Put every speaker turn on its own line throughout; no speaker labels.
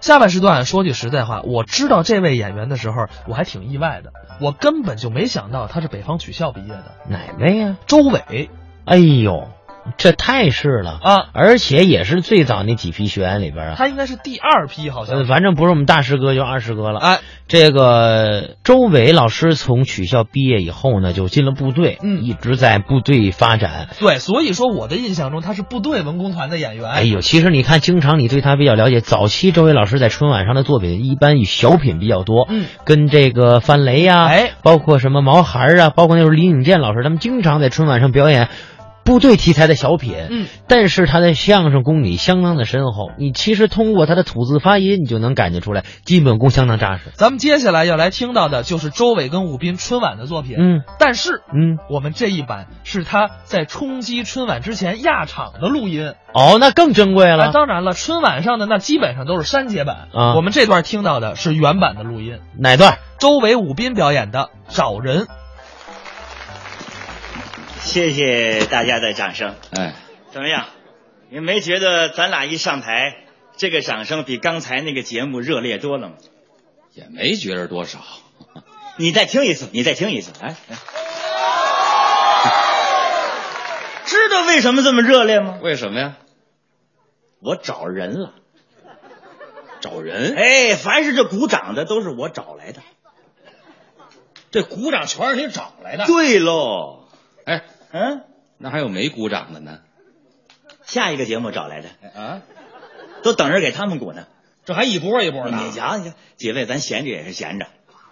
下半时段说句实在话，我知道这位演员的时候，我还挺意外的，我根本就没想到他是北方曲校毕业的。
哪位呀、
周伟
哎呦，这太是了，
啊，
而且也是最早那几批学员里边啊。
他应该是第二批，好像
呃，
是。
反正不是我们大师哥就二师哥了。
哎，
这个周伟老师从曲校毕业以后呢，就进了部队，
嗯
一直在部队发展。
对，所以说我的印象中他是部队文工团的演员。
哎呦，其实你看，经常你对他比较了解。早期周伟老师在春晚上的作品一般以小品比较多，
嗯，
跟这个范雷呀、
哎，
包括什么毛孩儿啊，包括那时候李颖健老师，他们经常在春晚上表演部队题材的小品。
嗯，
但是他的相声功底相当的深厚，你其实通过他的吐字发音，你就能感觉出来，基本功相当扎实。
咱们接下来要来听到的就是周伟跟武斌春晚的作品，
嗯
但是
嗯，
我们这一版是他在冲击春晚之前压场的录音。
哦，那更珍贵
那
了。
当然了，春晚上的那基本上都是删节版。
啊
我们这段听到的是原版的录音，
哪段？
周伟、武斌表演的《找人》。
谢谢大家的掌声，
哎，
怎么样？你没觉得咱俩一上台，这个掌声比刚才那个节目热烈多了吗？
也没觉着多少。
你再听一次，你再听一次，哎，哎知道为什么这么热烈吗？
为什么呀？
我找人了，
找人？
哎，凡是这鼓掌的都是我找来的。
这鼓掌全是你找来的
对喽，
哎，
嗯，
那还有没鼓掌的呢？
下一个节目找来的，
哎啊，
都等着给他们鼓呢。
这还一波一波
你瞧，你瞧，几位，咱闲着也是闲着，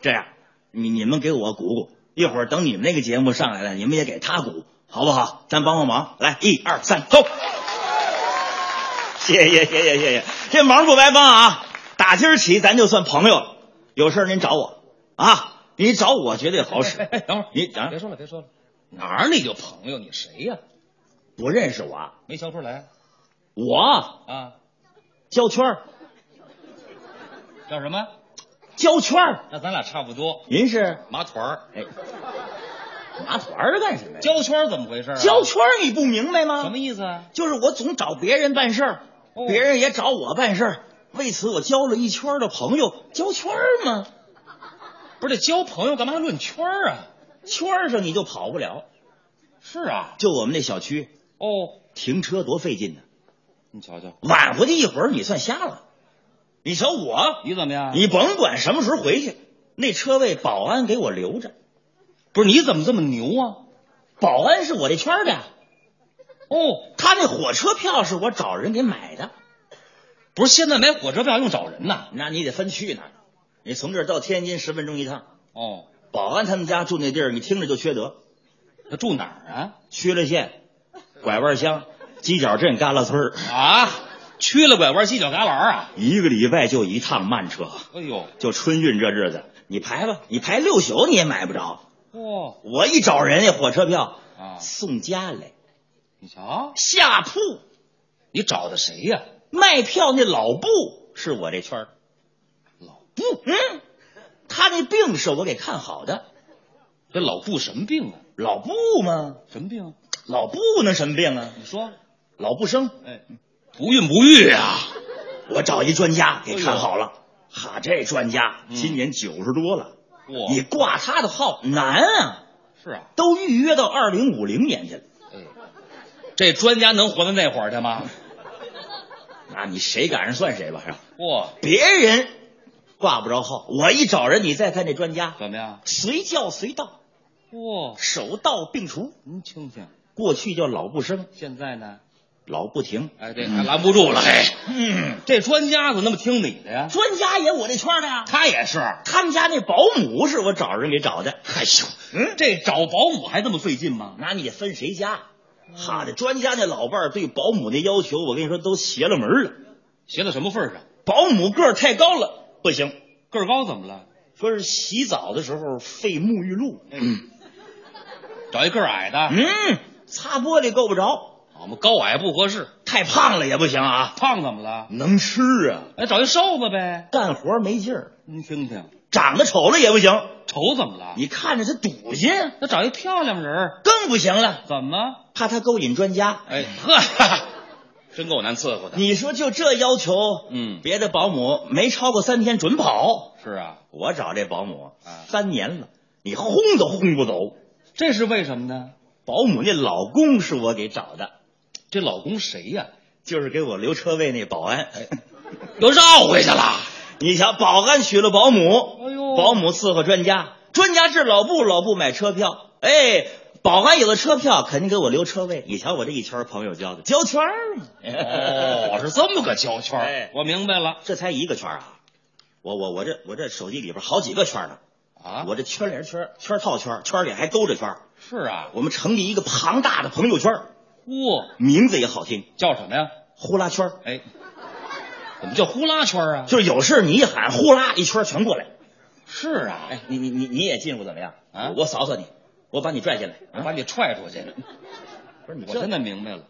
这样，你你们给我鼓鼓，一会儿等你们那个节目上来了，你们也给他鼓，好不好？咱帮帮忙，来，一二三，走！ 谢谢谢谢谢谢，这忙不白帮啊！打今儿起，咱就算朋友了，有事儿您找我啊，您找我绝对好使。
哎哎，等会儿，
你啊
别说了，别说了，哪儿你就朋友？你谁呀、
不认识我啊，
没瞧出来
我
啊？
焦圈儿
叫什么？
焦圈儿
那咱俩差不多。
您是
麻团儿，
哎，拿团儿干什么呀？
焦圈儿怎么回事、啊？
焦圈儿你不明白吗？
什么意思啊？
就是我总找别人办事儿，
哦
别人也找我办事儿，为此我交了一圈儿的朋友，交圈儿嘛，
不是这交朋友干嘛还论圈儿啊？
圈儿上你就跑不了。
是啊，
就我们那小区
哦，
停车多费劲呢、
你瞧瞧，
晚回去一会儿你算瞎了。你瞧我，
你怎么样？啊
你甭管什么时候回去，那车位保安给我留着，
不是你怎么这么牛啊？
保安是我这圈儿的，
哦，
他那火车票是我找人给买的，
不是现在买火车票用找人呐？
那你得分去哪儿，你从这儿到天津十分钟一趟，
哦，
保安他们家住那地儿，你听着就缺德。
那住哪儿啊？
曲乐县、拐弯乡、犄角镇、旮旯村儿
啊，去了拐弯犄角旮旯啊！
一个礼拜就一趟慢车，
哎呦，
就春运这日子，你排吧，你排六宿你也买不着。
哇
我一找人家火车票
啊！
送家来，
你瞧，
下铺
你找的谁呀、
卖票那老布是我这圈儿，
老
布，嗯，他那病是我给看好的，
这老布什么病啊？
老布嘛，
什么病？啊
老布能什么病啊？
你说，
老不生，哎
哎，不孕不育啊！
我找一专家
哎
给
呦
看好了，哈，这专家
嗯
今年九十多了。
哇
你挂他的号难啊，
是啊，
都预约到二零五零年去了。
哎，这专家能活到那会儿去吗？
那你谁赶上算谁吧，是吧？
哇，
别人挂不着号，我一找人，你再看这专家，
怎么样？
随叫随到，
哇，
手到病除。
您听听，
过去叫老不生，
现在呢？
老不停。
哎，这还拦不住了，嘿、
嗯，
这专家怎么那么听你的呀？
专家也我这圈儿的呀。
他也是。
他们家那保姆是我找人给找的。
哎呦，嗯，这找保姆还这么费劲吗？
那你得分谁家。
嗯
哈，这专家那老伴儿对保姆那要求，我跟你说都邪了门儿了。
学到什么份儿上？
保姆个儿太高了，不行。
个儿高怎么了？
说是洗澡的时候费沐浴露，
嗯找一个儿矮的，
嗯，擦玻璃够不着，
我们高矮不合适。
太胖了也不行啊，
胖怎么了？
能吃啊，
哎，找一瘦子呗。
干活没劲儿，
您听听，
长得丑了也不行，
丑怎么了？
你看着他堵心，
那找一漂亮人儿，
更不行了，
怎么？
怕他勾引专家，
哎呵， 真够难伺候的。
你说就这要求，
嗯，
别的保姆没超过三天准跑。
是啊，
我找这保姆
啊
三年了，你轰都轰不走。
这是为什么呢？
保姆那老公是我给找的，
这老公谁呀、
就是给我留车位那保安。
都绕回去了。
你瞧，保安娶了保姆，
哎呦
保姆伺候专家，专家治老布，老布买车票，哎，保安有了车票肯定给我留车位。你瞧我这一圈朋友交的，交圈儿嘛。
哦，是这么个交圈 儿、
哎
我明白了
这才一个圈儿啊！我我我这我这手机里边好几个圈儿呢，
啊。
我这圈连圈儿，圈套圈儿，圈里还勾着圈儿。
是啊，
我们成立一个庞大的朋友圈儿，
呼，
名字也好听，
叫什么呀？
呼啦圈儿，
哎，怎么叫呼啦圈儿啊？
就是有事儿你一喊呼啦，一圈儿全过来。
是啊，哎，
你你你你也进入怎么样？
啊
我我扫扫你，我把你拽进来。啊
我啊把你踹出 去。
不是你
我
这
现在明白了，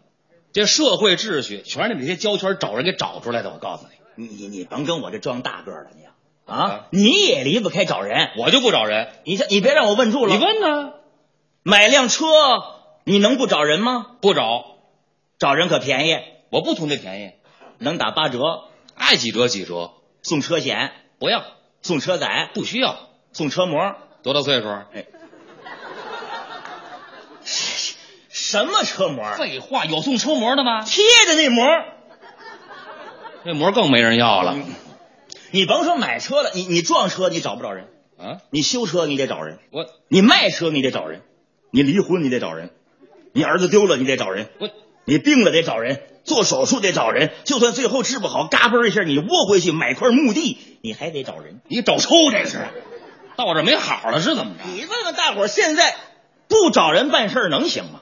这社会秩序全是你这胶圈找人给找出来的。我告诉你，
你你你甭跟我这装大个儿了，你啊
啊
你也离不开找人。
我就不找人。
你这你别让我问住了。
你问呢？
买辆车，你能不找人吗？
不找，
找人可便宜，
我不图那便宜，
能打八折，
爱几折几折，
送车险。
不要，
送车载，
不需要。
送车模，
多大岁数？
什么车模？
废话，有送车模的吗？
贴的那膜。
那膜更没人要了。
你甭说买车了，你你撞车你找不着人，
啊，
你修车你得找人，
我
你卖车你得找人，你离婚你得找人，你儿子丢了你得找人，
我
你病了得找人，做手术得找人，就算最后治不好，嘎嘣一下你窝回去买块墓地，你还得找人。
你找抽这是，到我这没好了是怎么着？
你问问大伙儿，现在不找人办事儿能行吗？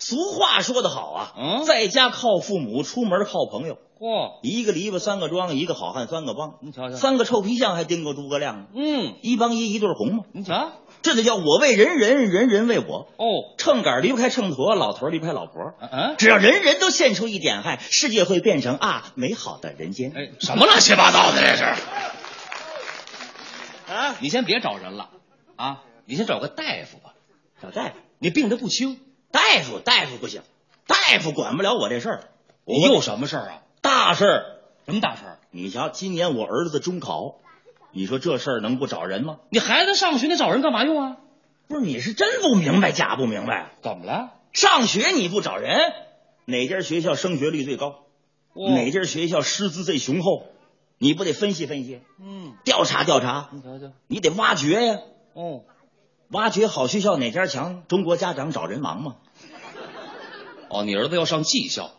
俗话说得好啊，
嗯
在家靠父母，出门靠朋友。
嚯，
一个篱笆三个桩，一个好汉三个帮。
您瞧瞧
三个臭皮匠还盯过诸葛亮呢。
嗯，
一帮一，一对儿红嘛，
你瞧，
这就叫我为人人，人人为我。
哦，
秤杆儿离不开秤砣，老头儿离不开老婆儿。
嗯、啊，
只要人人都献出一点爱，世界会变成啊美好的人间。
哎，什么乱七八糟的这是？
啊，
你先别找人了，啊，你先找个大夫吧。
找大夫，
你病得不轻，
大夫，大夫不行，大夫管不了我这事儿。
你有什么事儿啊？
大事儿？
什么大事儿？
你瞧，今年我儿子中考，你说这事儿能不找人吗？
你孩子上学，你找人干嘛用啊？
不是，你是真不明白，假不明白啊。
怎么了？
上学你不找人，哪家学校升学率最高？
哦
哪家学校师资最雄厚？你不得分析分析，
嗯，
调查调查，
你瞧瞧，
你得挖掘呀、
哦，
挖掘好学校哪家强？中国家长找人忙嘛？
哦，你儿子要上技校，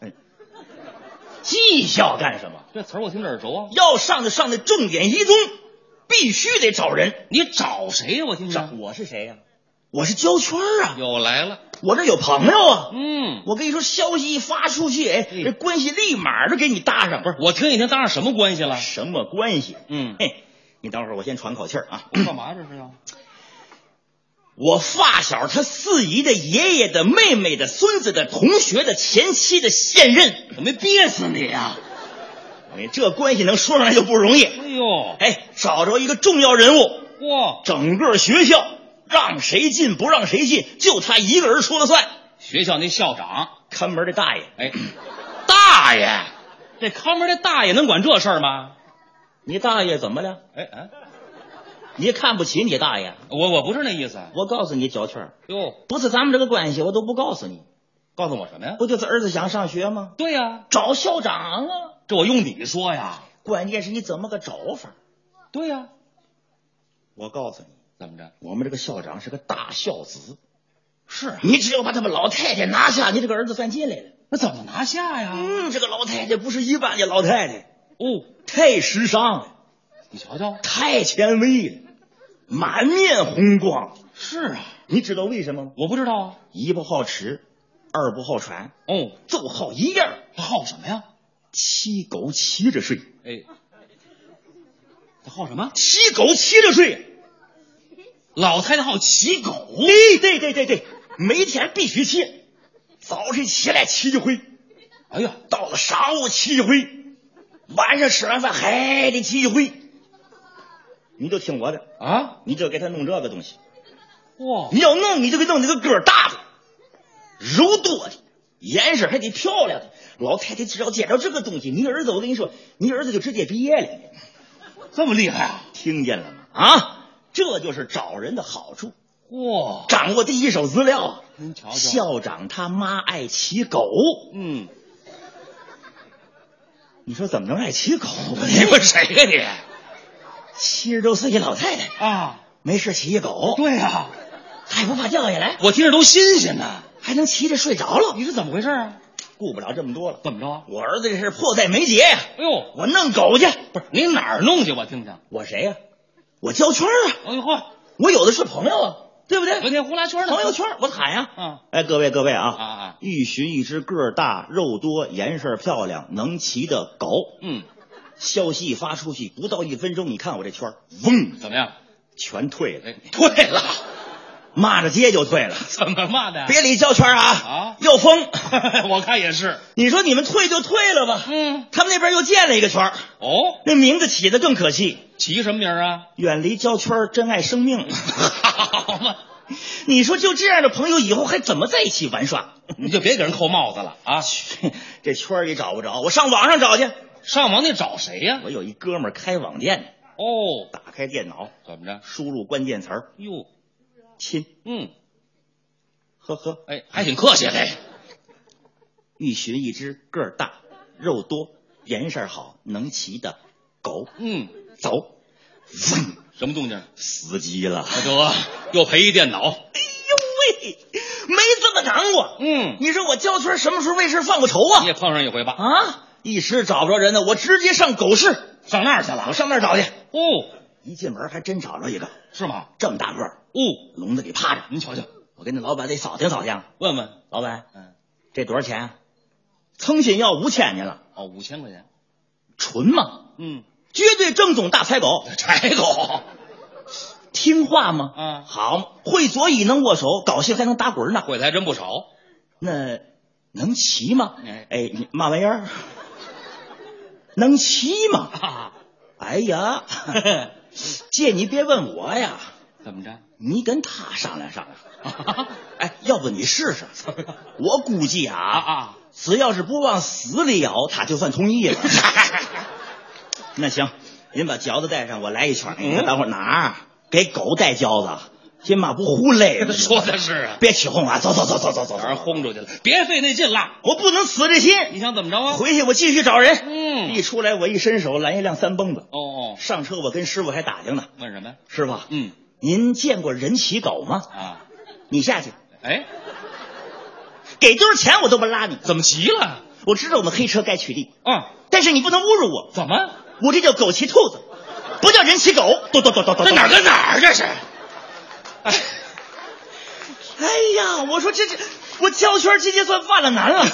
技校干什么？
这词儿我听着耳熟啊。
要上就上那重点一中，必须得找人。
你找谁呀、我听
找
着。
我是谁呀、嗯我是焦圈儿啊，
又来了，
我这有朋友啊。
嗯，
我跟你说，消息一发出去，哎，
嗯
这关系立马就给你搭上。
不是，我听一听，搭上什么关系了？
什么关系？
嗯，
嘿，你等会儿我先喘口气儿啊。
我干嘛这是要？
我发小他四姨的爷爷的妹妹的孙子的同学的前妻的现任，
我没憋死你啊呀、
你这关系能说上来就不容易。
哎呦，
哎，找着一个重要人物，
哇，
整个学校让谁进不让谁进，就他一个人说了算。
学校那校长，
看门的大爷，
哎，大爷，这看门的大爷能管这事儿吗？
你大爷怎么了？
哎哎，
你看不起你大爷？
我我不是那意思啊。
我告诉你，焦圈儿，
哟，
不是咱们这个关系，我都不告诉你。
告诉我什么呀？
不就是儿子想上学吗？
对呀、
找校长啊！
这我用你说呀？
关键是你怎么个找法？
对呀、
我告诉你，
怎么着？
我们这个校长是个大孝子。
是啊，
你只要把他们老太太拿下，你这个儿子算进来了。
那怎么拿下呀？
嗯，这个老太太不是一般的老太太，
哦，
太时尚了，
你瞧瞧，
太前卫了，满面红光。
是啊，
你知道为什么吗？
我不知道啊。
一不好吃，二不好穿，
哦，
就好一样儿，
他哦好什么呀？
骑狗骑着睡，
哎，他好什么？
骑狗骑着睡。
老太太好骑狗。
哎，对对对对，每天必须骑，早晨起来骑一回，
哎呀，
到了晌午骑一回，晚上吃完饭还得骑一回。你就听我的。
啊，
你就给他弄这个东西。
哇，
你要弄，你就给弄那个个儿大的、柔多的、严实还得漂亮。老太太只要捡着这个东西，你儿子，我跟你说，你儿子就直接毕业了。
这么厉害啊！
听见了吗？啊，这就是找人的好处，
哇，
掌握第一手资料。
您瞧瞧，
校长他妈爱骑狗，
嗯，
你说怎么能爱骑 狗呢？
你问谁呀、
七十多岁一老太太，
你？啊，
没事骑一狗，
对呀、
还不怕掉下来，
我听着都新鲜呢。
还能骑着睡着了。
你是怎么回事啊？
顾不了这么多了，
怎么着？
我儿子这是迫在眉睫呀，
哎呦，
我弄狗去。
不是你哪儿弄去？我听听。
我谁呀、我交圈啊，
哎呦嚯，
我有的是朋友啊，对不
昨
对？
天呼啦圈呢？
朋友圈，我喊呀、
啊
哎，各位各位
啊
啊，
啊，
欲寻一只个儿大、肉多、颜色漂亮、能骑的狗，
嗯，
消息发出去不到一分钟，你看我这圈儿，嗡，
嗯怎么样？
全退了，
哎，对了，
骂着街就退了。
怎么骂的？
别理交圈啊！
哎啊
又封。
我看也是。
你说你们退就退了吧。
嗯，
他们那边又建了一个圈儿，
哦，
那名字起的更可气，
起什么名儿啊？
远离交圈儿，珍爱生 命。
好嘛，
你说就这样的朋友以后还怎么在一起玩耍？
你就别给人扣帽子了啊！
这圈儿里找不着，我上网上找去。
上网得找谁呀、
我有一哥们儿开网店，
哦，
打开电脑，
怎么着？
输入关键词儿
哟，
“亲
嗯，”，
呵呵，
哎，还挺客气的。哎
欲寻一只个儿大、肉多、颜色好、能骑的狗，
嗯，
走。嗡，
什么动静？
死机了。
哎得，又赔一电脑。
哎呦喂，没这么难过。
嗯，
你说我交圈什么时候为事犯过愁
你
啊？
也碰上一回吧？
啊，一时找不着人呢，我直接上狗市，
上那儿去了
我？上那儿找去。
哦，
一进门还真找着一个，
是吗？
这么大个儿，
哦，
笼子里趴着。
您瞧瞧，
我跟那老板得扫听扫听，
问问。
老板，
嗯，
这多少钱啊？诚信要五千您了，
哦，五千块钱。
纯吗？
嗯，
绝对正宗大柴狗，
柴狗。
听话吗？
嗯
好嘛，会左椅能握手，高兴还能打滚呢。
会的还真不少。
那能骑吗？
哎
哎，你嘛玩意儿？能骑吗？
啊，
哎 呀，借你别问我呀，
怎么着？
你跟他商量商 量。哎，要不你试试？我估计啊，
啊啊，
只要是不往死里咬，他就算同意 了。那行，您把饺子带上，我来一圈。
嗯
你看，等会儿哪儿给狗带饺子？今妈不胡勒了？
说的是啊，
别起哄啊！走走走走走走
把，人轰出去了，别费那劲了。
我不能死这心。
你想怎么着啊？
回去我继续找人。
嗯
一出来我一伸手拦一辆三蹦子，
哦，
上车我跟师傅还打听呢。
问什么呀？
师傅，
嗯
您见过人骑狗吗？
啊，
你下去，
哎，
给多少钱我都不拉你。
怎么急了？
我知道我们黑车该取缔，
啊，
但是你不能侮辱我，
怎么？
我这叫狗骑兔子，不叫人骑狗。咚咚咚咚咚。
这哪儿跟哪儿？这是？哎，
哎呀，我说这这，我交圈今天算犯了难 了。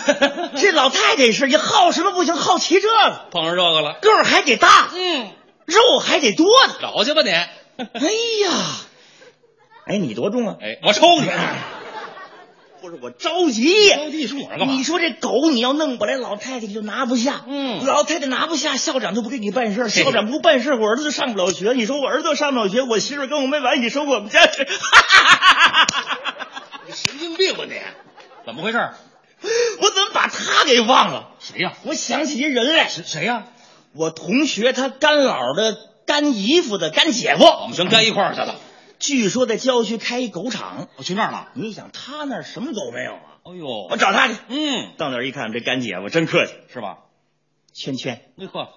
这老太太也是，也好什么不行，好奇这个，
碰上这个了。
个儿还得大，
嗯，
肉还得多呢。
找去吧你。
哎呀，哎，你多重啊？
哎，我抽你！
不是我着急，
着急说我干嘛
哎你说这狗你要弄不来，老太太就拿不下。
嗯
老太太拿不下，校长就不给你办事儿。校长不办事儿，我儿子就上不了学。你说我儿子上不了学，我媳妇儿跟我没完。你说我们家这，
你神经病吧啊你？怎么回 事？
我怎么把他给忘了？
谁呀、
我想起一人来，
谁呀、
我同学他干姥的干姨夫的干姐夫，嗯
我们全干一块儿去了。哦
据说在郊区开一狗场。
我去那儿了。
你想他那儿什么狗没有啊？
哎呦
我，找他去。
嗯，
到那儿一看，这干姐夫真客气，
是吧？
圈圈。
那呵，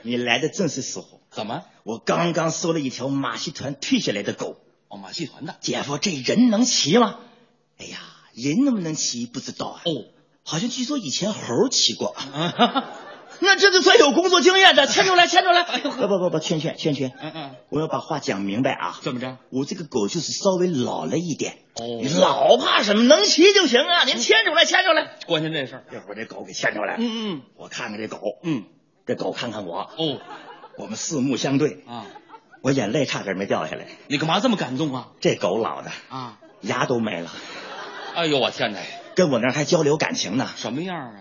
你来的正是时候。
怎么？
我刚刚收了一条马戏团退下来的狗，
哦，马戏团的。
姐夫，这人能骑吗？哎呀，人能不能骑不知道啊。
哦，
好像据说以前猴儿骑过。
嗯
那这就算有工作经验的，牵出来，牵出来！不不不不，圈圈圈圈，
哎嗯，
我要把话讲明白啊！
怎么着？
我这个狗就是稍微老了一点，
哦嗯
你老怕什么？能骑就行啊！您牵出来，牵出来！
关心这事儿。
一会儿我这狗给牵出来，
嗯
我看看这狗，
嗯
这狗看看我，
嗯，哦
我们四目相对，
啊，
我眼泪差点没掉下来。
你干嘛这么感动啊？
这狗老的
啊，
牙都没了，
哎呦我天哪，
跟我那儿还交流感情呢。
什么样啊？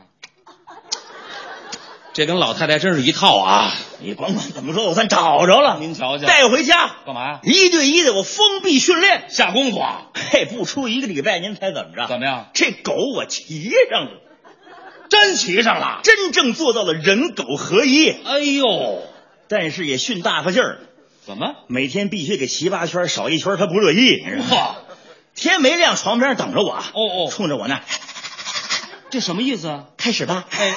这跟老太太真是一套啊！
你甭管怎么说，我算找着了。
您瞧瞧
带回家
干嘛呀？
一对一的，我封闭训练。
下功夫啊？
嘿，不出一个礼拜，您猜怎么着？
怎么样？
这狗我骑上了，
真骑上了？
真正做到了人狗合一。
哎呦，
但是也训大发劲儿，
怎么？
每天必须给骑八圈，少一圈他不乐意。你知道吗
哇，
天没亮，床边等着我。啊
哦哦
冲着我呢，
这什么意思啊？
开始吧。
哎，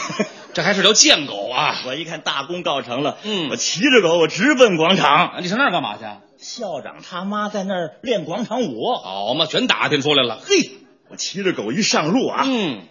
这还是条贱狗啊！
我一看大功告成了，
嗯
我骑着狗，我直奔广场。
啊你上那儿干嘛去？
校长他妈在那儿练广场舞，
好嘛，全打听出来了。
嘿，我骑着狗一上路啊，
嗯，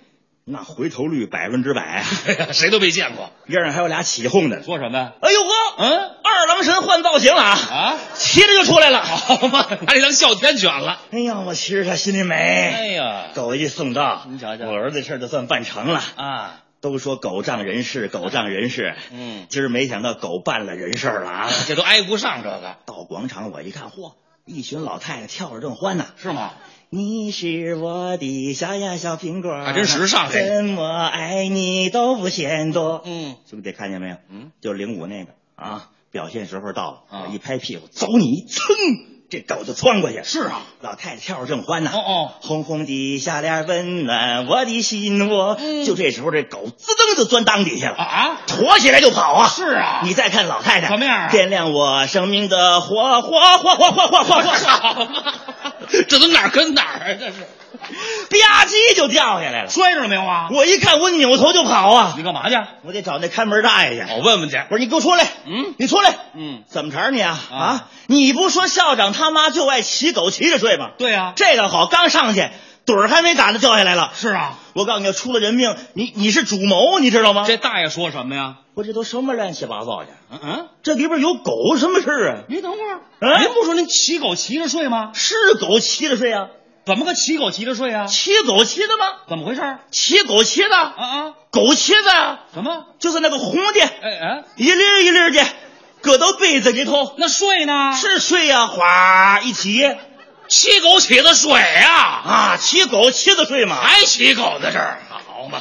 那回头率百分之百啊，
谁都没见过。
边上还有俩起哄的。
说什么呀？
哎呦呵，
嗯
二郎神换造型了啊，
啊，
骑着就出来了。
好嘛，拿你当哮天犬了。
哎呀，我骑着他心里美。
哎呀，
狗一送到，
您瞧瞧
我儿子事儿就算办成了。
啊，
都说狗仗人势，狗仗人势。
嗯，
今儿没想到狗办了人事儿了 啊！
这都挨不上这个，
到广场我一看，嚯，一群老太太跳着正欢呢。
是吗？
你是我的小呀小苹果，
还啊真时尚这个
怎么爱你都不嫌多。
嗯，
兄弟，看见没有？
嗯，
就零五那个啊，表现时候到了，
啊
我一拍屁股，走你，噌，这狗就窜过去。
是啊，
老太太跳着正欢呢。
哦哦，
红红的下联温暖我的心窝。
嗯
就这时候，这狗滋噔就钻裆底下了，
啊啊，
驮起来就跑啊！
是啊
你再看老太太
怎么样啊
点亮我生命的火，火火火火火火火
好
火，
嘛， 这都哪儿跟哪儿啊？这是
吧唧就掉下来了。
摔着了没有啊？
我一看，我扭头就跑啊！
你干嘛去？
我得找那看门大爷去。
我问问去。
我说你给我出来！
哦嗯
你出来！
嗯，
怎么茬儿你啊
啊
啊？你不说校长他妈就爱骑狗骑着睡吗？
对呀、
这倒好，刚上去盹儿还没打呢，掉下来了。
是啊。
我告诉你，出了人命，你你是主谋，你知道吗？
这大爷说什么呀？
我这都什么乱七八糟的，
嗯嗯，
这里边有狗什么事儿啊？
您等会儿，
嗯
您不说您骑狗骑着睡吗？
是狗骑着睡啊？
怎么个骑狗骑着睡啊？
骑狗骑的吗？
怎么回事？啊
骑狗骑的，
啊，
狗骑的啊，
什么？
就是那个红的，
哎哎，
一粒儿一粒儿的，搁到被子里头，
那睡呢？
是睡呀、哗一起
骑狗起的水啊，
啊，骑狗骑着睡嘛。
还骑狗的事儿，好嘛？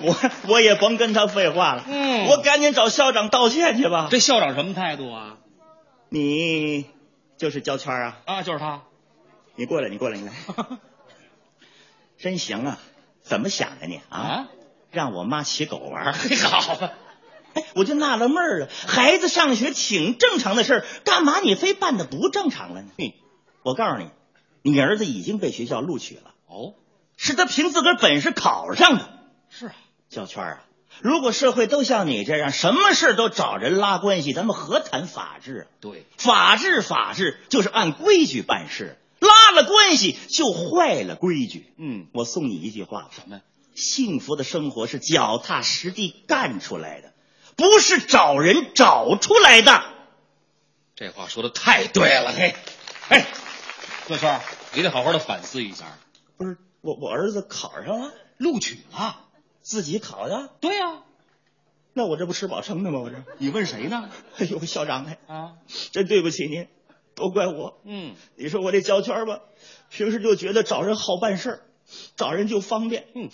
我我也甭跟他废话了，
嗯
我赶紧找校长道歉去吧。
这校长什么态度啊？
你就是焦圈儿啊？
啊，就是他，
你过来，你过来，你 来。真行啊！怎么想的你啊？
啊
让我妈骑狗玩儿，
嘿好吧？
哎 我就纳了闷儿啊，孩子上学挺正常的事儿，干嘛你非办的不正常了呢？
嘿，
我告诉你，你儿子已经被学校录取了，
哦，
是他凭自个儿本事考上的。
是啊，
小圈儿啊，如果社会都像你这样，什么事儿都找人拉关系，咱们何谈法治啊？
对，
法治，法治就是按规矩办事，拉了关系就坏了规矩。
嗯，
我送你一句话吧。
什么呀？
幸福的生活是脚踏实地干出来的，不是找人找出来的。
这话说的太对了，嘿，哎，小圈儿，你得好好的反思一下，
不是我，我儿子考上了，
录取了，
啊自己考的，
对呀、
那我这不吃饱撑的吗？我这，
你问谁呢？
哎呦，校长哎，
啊，
真对不起您，都怪我。
嗯，
你说我这胶圈吧，平时就觉得找人好办事儿，找人就方便，
嗯，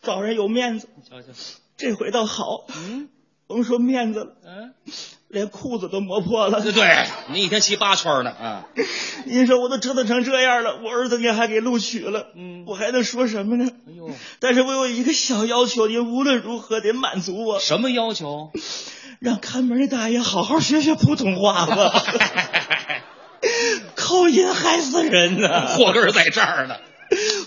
找人有面子。
你瞧瞧，
这回倒好，
嗯
甭说面子了，
嗯，
连裤子都磨破了。
对对，你一天骑八圈呢，啊，
您说我都折腾成这样了，我儿子您还给录取了，
嗯
我还能说什么呢？
哎呦，
但是我有一个小要求，您无论如何得满足我，
什么要 求？
让看门大爷好好学学普通话 吧。口音害死人呢！
祸根儿在这儿呢。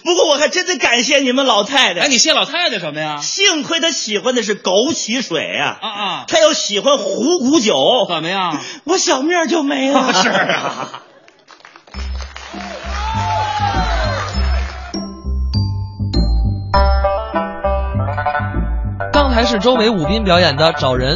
不过我还真得感谢你们老太
哎，
太，
你谢老太太什么呀？
幸亏她喜欢的是枸杞水啊，
啊啊，
她要喜欢虎骨酒，
怎么样？
我小命儿就没了。
是啊。
刚才是周美武斌表演的《找人》。